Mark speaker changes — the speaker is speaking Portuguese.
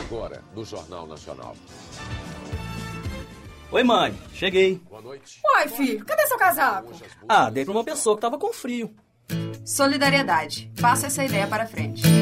Speaker 1: agora no Jornal Nacional.
Speaker 2: Oi, mãe. Cheguei.
Speaker 1: Boa noite.
Speaker 3: Uai, filho, cadê seu casaco?
Speaker 2: Ah, dei pra uma pessoa que tava com frio.
Speaker 4: Solidariedade. Passa essa ideia para frente.